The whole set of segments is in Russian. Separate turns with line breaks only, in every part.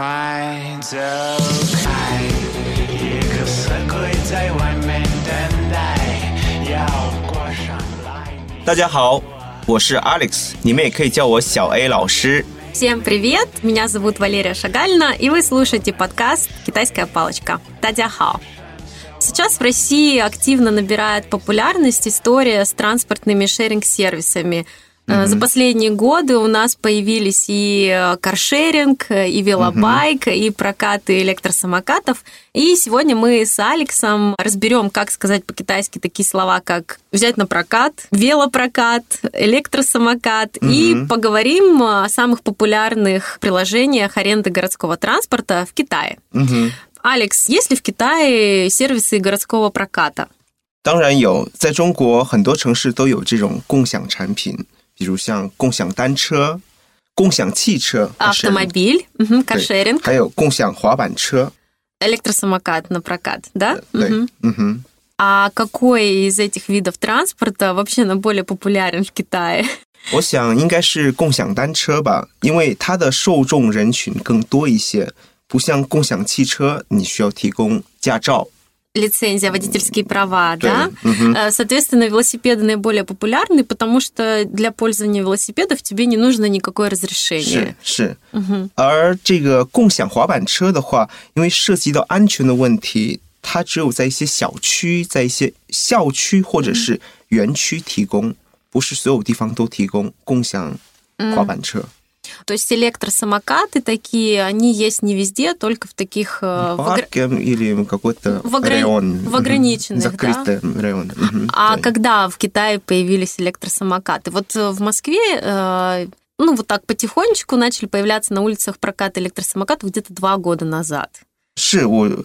快走开！一个色鬼在外面等待，要过上来。
大家好，我是 Alex，你们也可以叫我小 A 老师。
Всем привет! Меня зовут Валерия Шагальна, и вы слушаете подкаст «Китайская палочка». Тадяхао! Сейчас в России активно набирает популярность история с транспортными шеринг-сервисами. Э, За последние годы у нас появились и э, каршеринг, э, и велобайк, и прокаты электросамокатов. И сегодня мы с Алексом разберем, как сказать по-китайски такие слова, как взять на прокат, велопрокат, электросамокат, и
Мгм.
поговорим о самых популярных приложениях аренды городского транспорта в Китае.
嗯哼，
Алекс, есть ли в Китае сервисы городского проката?
当然有，在中国很多城市都有这种共享产品，比如像共享单车、共享汽车、
Автомобиль, мгм,
sharing，对
каршеринг,
还有共享滑板车。
электросамокат на прокат, да?
对
Мгм.，
嗯哼。
А какой из этих видов транспорта вообще наиболее популярен в Китае?
我想应该是共享单车吧，因为它的受众人群更多一些，不像共享汽车，你需要提供驾照。
Лицензия, водительские права,
Да,
да? Э, Соответственно, велосипеды наиболее популярны, потому что для пользования велосипедов тебе не нужно никакое разрешение.
是是，
Мгм.
而这个共享滑板车的话，因为涉及到安全的问题，它只有在一些小区、在一些校区或者是园区提供，不是所有地方都提供共享滑板车。
То есть электросамокаты такие, они есть не везде, только в таких... э, в огр-
Парком или какой-то
в ограни-
район,
в
嗯
ограниченных, да?
закрытый район. Мгм,
А
да.
когда в Китае появились электросамокаты? Вот э, в Москве, э, ну вот так потихонечку начали появляться на улицах прокат электросамокатов где-то два года назад.
是我，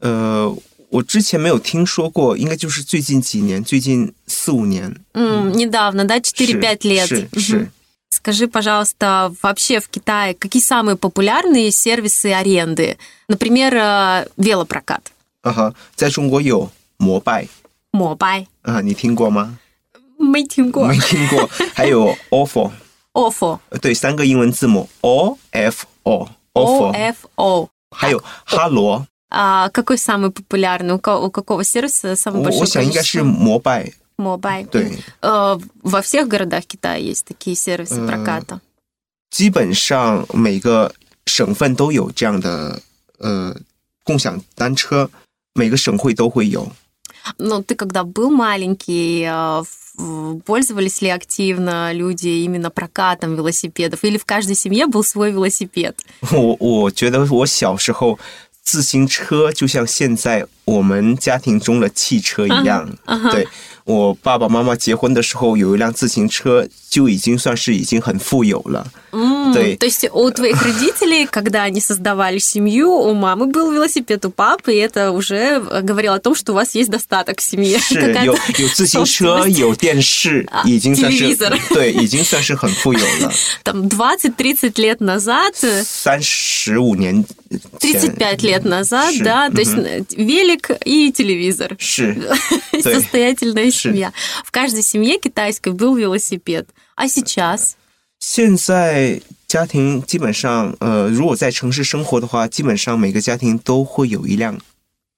呃，我之前没有听说过，应该就是最近几年，最近四五年，
М, недавно, да, 4-5
是
лет.
是
Мгм.
是。
Скажи, пожалуйста, вообще в Китае какие самые популярные сервисы аренды? Например, э, велопрокат,
啊哈，在中国有摩拜
мобай,
啊，你听过吗？
мейтинго,
没听 过。还有 ofo，
офо,
呃对，三个英文字母 o f o ofo，
офо.
还有哈罗，
А какой самый популярный? У, ко- у какого сервиса
我
самый большой?
我想应该是嗯
количество?
摩拜，
Мобай.
对，
Э, Во всех городах Китая есть такие сервисы
Э,
проката.
基本上每个省份都有这样的呃共享单车，每个省会都会有。
Но Ну, ты когда был маленький, э, в- пользовались ли активно люди именно прокатом велосипедов? Или в каждой семье был свой велосипед?
我我觉得我小时候自行车就像现在我们家庭中的汽车一样。对我爸爸妈妈结婚的时候有一辆自行车，就已经算是已经很富有了。
М,
Да.
То есть у твоих родителей, когда они создавали семью, у мамы был велосипед, у папы, и это уже э, говорило о том, что у вас есть достаток в семье.
是
какая-то
有有自行车，
собственность.
有电视
啊，
已经算是
televisor
对，已经算是很富有了。
Там 20-30 лет назад э,
三十五年前，
35 лет назад,
Ши.
да, то есть э, велик и телевизор.
是 对
Состоятельная
Ши.
семья. В каждой семье китайской был велосипед. А сейчас?
现在家庭基本上，呃，如果在城市生活的话，基本上每个家庭都会有一辆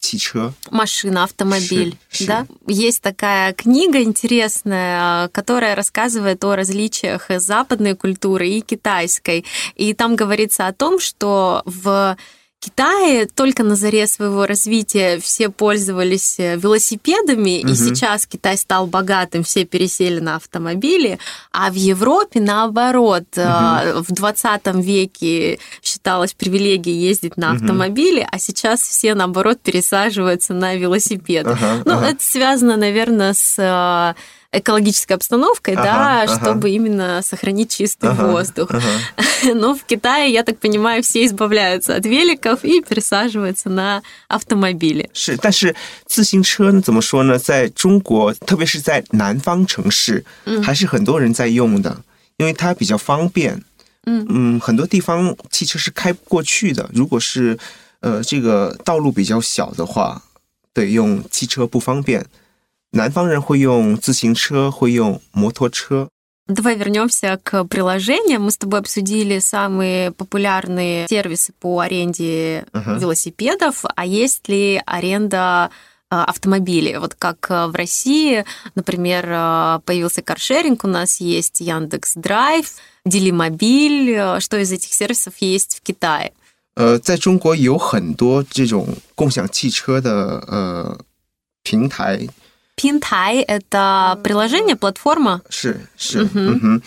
汽车。
Машина, автомобиль,
Ши. Ши.
да? Есть такая книга интересная, которая рассказывает о различиях западной культуры и китайской. И там говорится о том, что в Китае только на заре своего развития все пользовались э, велосипедами, и
Мгм.
сейчас Китай стал богатым, все пересели на автомобили, а в Европе наоборот. э, В 20 веке считалось привилегией ездить на
Мгм.
автомобиле, а сейчас все наоборот пересаживаются на велосипеды.
Ага,
Ну,
ага.
это связано, наверное, с э, экологической обстановкой,
Ага,
да,
ага.
чтобы именно сохранить чистый
Ага,
воздух.
ага.
Но в Китае, я так понимаю, все избавляются от великов и пересаживаются на автомобили.
是，但是自行车呢，怎么说呢？在中国，特别是在南方城市，还是很多人在用的，因为它比较方便。
嗯
很多地方汽车是开不过去的。如果是呃这个道路比较小的话，对，用汽车不方便。南方人会用自行车，会用摩托车。
Давай вернемся к приложениям. Мы с тобой обсудили самые популярные сервисы по аренде
Мгм.
велосипедов. А есть ли аренда э, автомобилей? Вот как э, в России, например, э, появился каршеринг, у нас есть Яндекс Драйв, Делимобиль. Э, Что из этих сервисов есть в Китае?
呃，在中国有很多这种共享汽车的呃平台，
Пинтай — это приложение, платформа?
是是，嗯哼，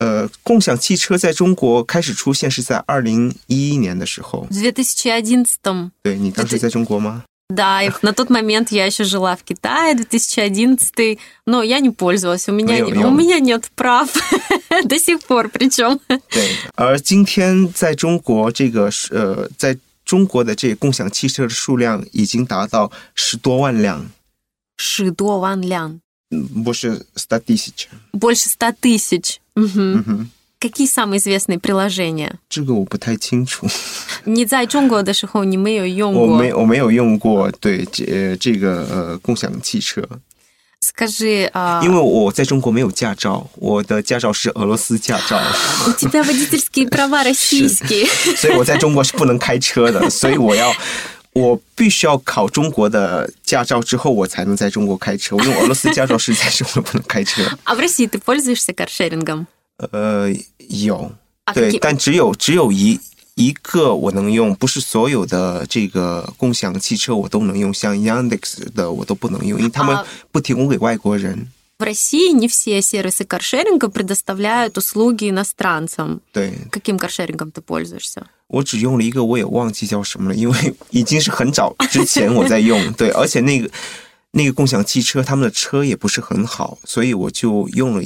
呃，共享汽车在中国开始出现是在二零一一年的时候
В，2011
对你当时在中国吗？
Да, и на тот момент я еще жила в Китае, 2011, но Ну, я не пользовалась, у меня,
Мил,
не-
мил.
у меня нет прав до сих пор, причем.
对，而今天在中国这个呃，在中国的这个共享汽车的数量已经达到十多万辆，
Шидо Ван Лян.
嗯不是 statistic，
Больше 100 тысяч. Мгм.
嗯哼，
Какие самые известные приложения?
这个我不太清楚。
Не зай Чонго до Шихо, не Мэйо
我
Йонго.
没我没有用过，对这呃这个呃共享汽车，
Скажи, а,
因为我在中国没有驾照，我的驾照是俄罗斯驾照，
у тебя водительские права российские.
所以我在中国是不能开车 的，所以我要我必须要考中国的驾照之后，我才能在中国开车，因为俄罗斯驾照是在中国不能开车。
А в России ты пользуешься каршерингом?
呃，有
啊
对
给，
但只有只有一。一个我能用，不是所有的这个共享汽车我都能用，像 Yandex 的我都不能用，因为他们
啊
不提供给外国人。
В России не все сервисы каршеринга предоставляют услуги иностранцам.
对，
Каким каршерингом ты пользуешься?
我只用了一个，我也忘记叫什么了，因为 已经是很早之前我在用。对，而且那个那个共享汽车，他们的车也不是很好，所以我就用了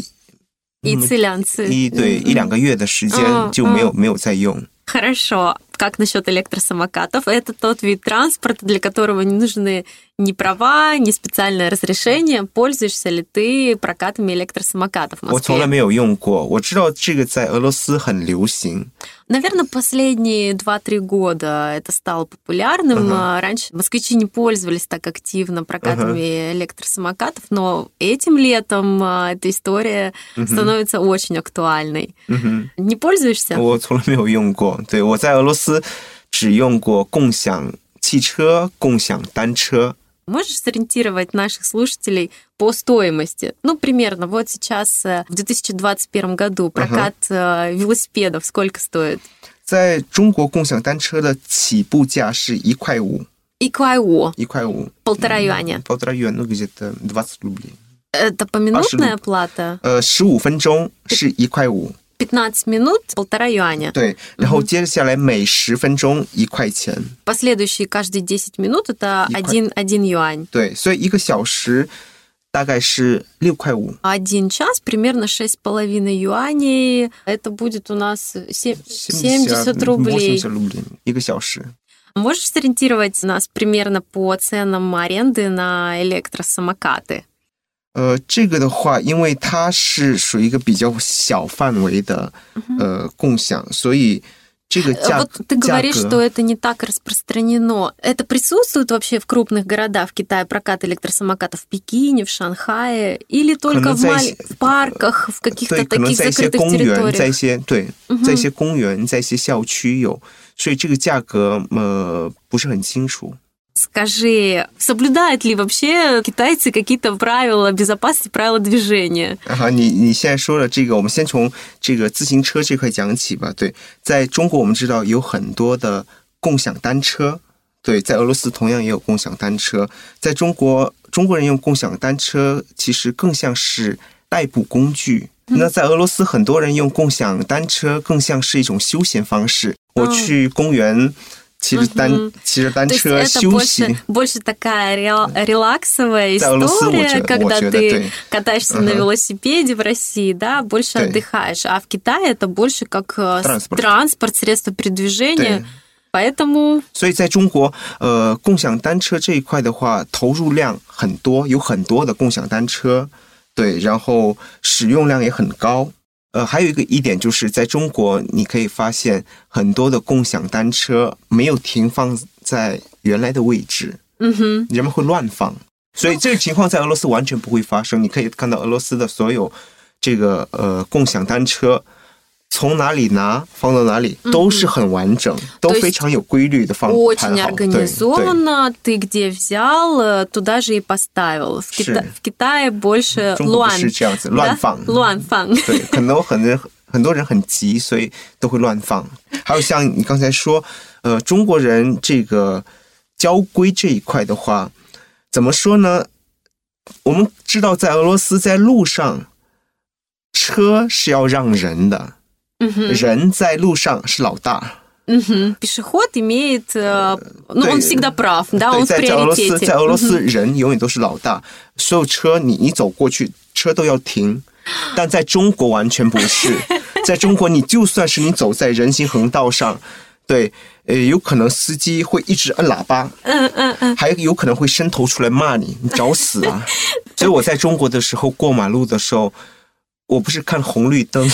И цы, лян, цы.
一对一两个月的时间
嗯
就没有没有再用。
Хорошо. Как насчет электросамокатов? Это тот вид транспорта, для которого не нужны ни права, ни специальное разрешение. Пользуешься ли ты прокатами электросамокатов в
我从来
Москве?
没有用过，我知道这个在俄罗斯很流行。
Наверное, последние 2-3 года это стало популярным.
Ага.
А, Раньше москвичи не пользовались так активно прокатами электросамокатов, но этим летом а, эта история становится очень актуальной.
嗯哼，
Не пользуешься?
我从来没有用过。对我在俄罗斯只用过共享汽车、共享单车。
Можешь сориентировать наших слушателей по стоимости? Ну, примерно, вот сейчас э, в 2021 году прокат э, велосипедов сколько стоит?
在中国，共享单车的起步价是一块五，
И квайо,
一块五。
полтора юаня.
полтора юаня, ну где-то 20 рублей.
Это поминутная плата?
呃，十五分钟是一块五，
15 минут, полтора юаня.
对，然后接下来每十分钟一块钱，
Последующие каждые 10 минут это
И квай-
1, один юань.
对，所以一个小时大概是六块五，
А Один час примерно 6,5 юаней. Это будет у нас се- 70 рублей.
80 рублей 一个小时。
Можешь сориентировать нас примерно по ценам аренды на электросамокаты?
呃，这个的话，因为它是属于一个比较小范围的呃共享，所以这个
Э,
价格
Вот ты говоришь,
价
что
格
это не так распространено. Это присутствует вообще в крупных городах в Китае прокат электросамокатов в Пекине, в Шанхае или только в,
за
маль-
эти-
в парках, в каких-то
对，可能
таких
在一些
закрытых
公园，嗯在一
территориях?
些对，在一些公园，在一些校区有，所以这个价格呃不是很清楚。
Скажи, соблюдают ли вообще китайцы какие-то правила безопасности, правила движения?
啊，你你现在说的这个，我们先从这个自行车这块讲起吧。对，在中国我们知道有很多的共享单车，对，在俄罗斯同样也有共享单车。在中国，中国人用共享单车其实更像是代步工具。那在俄罗斯，很多人用共享单车更像是一种休闲方式。我去公园骑着单、骑着单
То есть
车
это
休
больше,
息，
больше такая реал- релаксовая
Да, Лусы
история,
лучше,
когда
лучше, да,
ты
ты.
катаешься на
Ага.
велосипеде в России, да, больше
Да.
отдыхаешь. А в Китае это больше как э, с-
Транспорт.
транспорт, средство передвижения.
Да.
Поэтому
所以在中国，呃，共享单车这一块的话，投入量很多，有很多的共享单车，对，然后使用量也很高。呃，还有一个一点就是，在中国你可以发现很多的共享单车没有停放在原来的位置，
мгм.
人们会乱放，所以这个情况在俄罗斯完全不会发生。你可以看到俄罗斯的所有这个呃共享单车。从哪里拿放到哪里都是很完整，都
То есть
非常有规律的放盘
Очень
好。对对
организованно. Ты где взял, э, туда же и поставил. В, Кита-
Ши.
в Китае больше
中国不
луан.
是这 样子，
да?
乱放。
Луанфан.
对，可能有很多人很多人很急，所以都会乱放。还有像你刚才说，呃，中国人这个交规这一块的话，怎么说呢？我们知道，在俄罗斯，在路上，车是要让人的，人在路上是老大。
Мгм. Пешеход имеет... э, Ну,
да,
он
э,
всегда прав, да,
对，
он в
在在俄罗斯，在俄罗
приоритете.
斯人永远都是老大，所有车你你走过去，车都要停。但在中国完全不 是，在中国你就算是你走在人行横道上，对，呃，有可能司机会一直按喇叭，
嗯嗯嗯，
还有可能会伸头出来骂你，你找死啊！ 所以我在中国的时候过马路的时候。我不是看红绿 灯，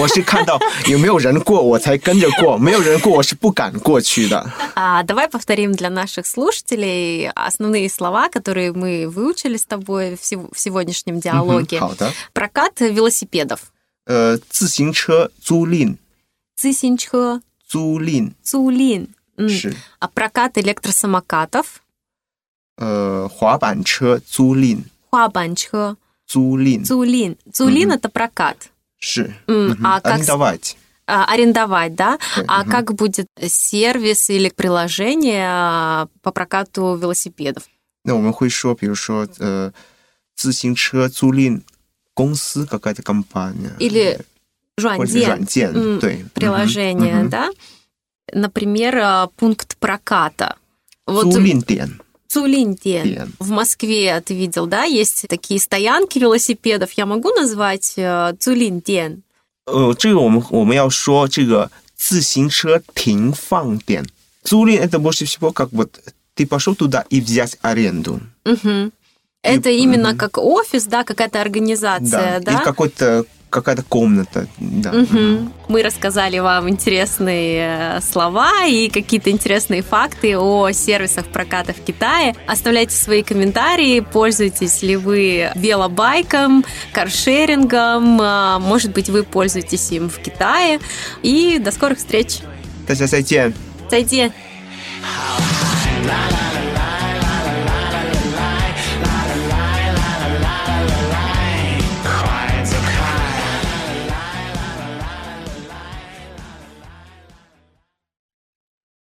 我是看到有没有人过，我才跟着过；没有人过，我是不敢过去的。
А давай повторим для наших слушателей основные слова, которые мы выучили с тобой в, сев- в сегодняшнем
嗯哼
диалоге.
好的，
Прокат велосипедов.
呃，自行车租赁，
Цисинчхо
租赁
цулин. М.
是
А прокат электросамокатов.
呃滑板车租赁，
Хуабанчхо
租赁
цулин. Цулин это прокат.
是
М,
嗯哼
а как с-
arендовать
А, арендовать, да?
Да,
А
мгм.
как будет сервис или приложение а, по прокату велосипедов?
那我们会说，比如说呃自行车租赁公司 какая то компания
Или
或者是
Жуанден,
软件
嗯
对嗯哼
приложение,
嗯哼
да? Например, а, пункт проката.
租赁点
Цулинте.
Ден.
В Москве ты видел, да, есть такие стоянки велосипедов. Я могу назвать э, Цулинтен?
呃这个我们我们要说这个自行车停放点租赁 это больше всего как вот ты пошел туда и взять аренду
Это именно как офис, да, какая-то организация,
и
да?
какой-то какая-то комната да
Мгм. Мы рассказали вам интересные э, слова и какие-то интересные факты о сервисах проката в Китае. Оставляйте свои комментарии, пользуетесь ли вы велобайком, каршерингом, а, может быть, вы пользуетесь им в Китае. И до скорых встреч!
大家再见。
再见。
How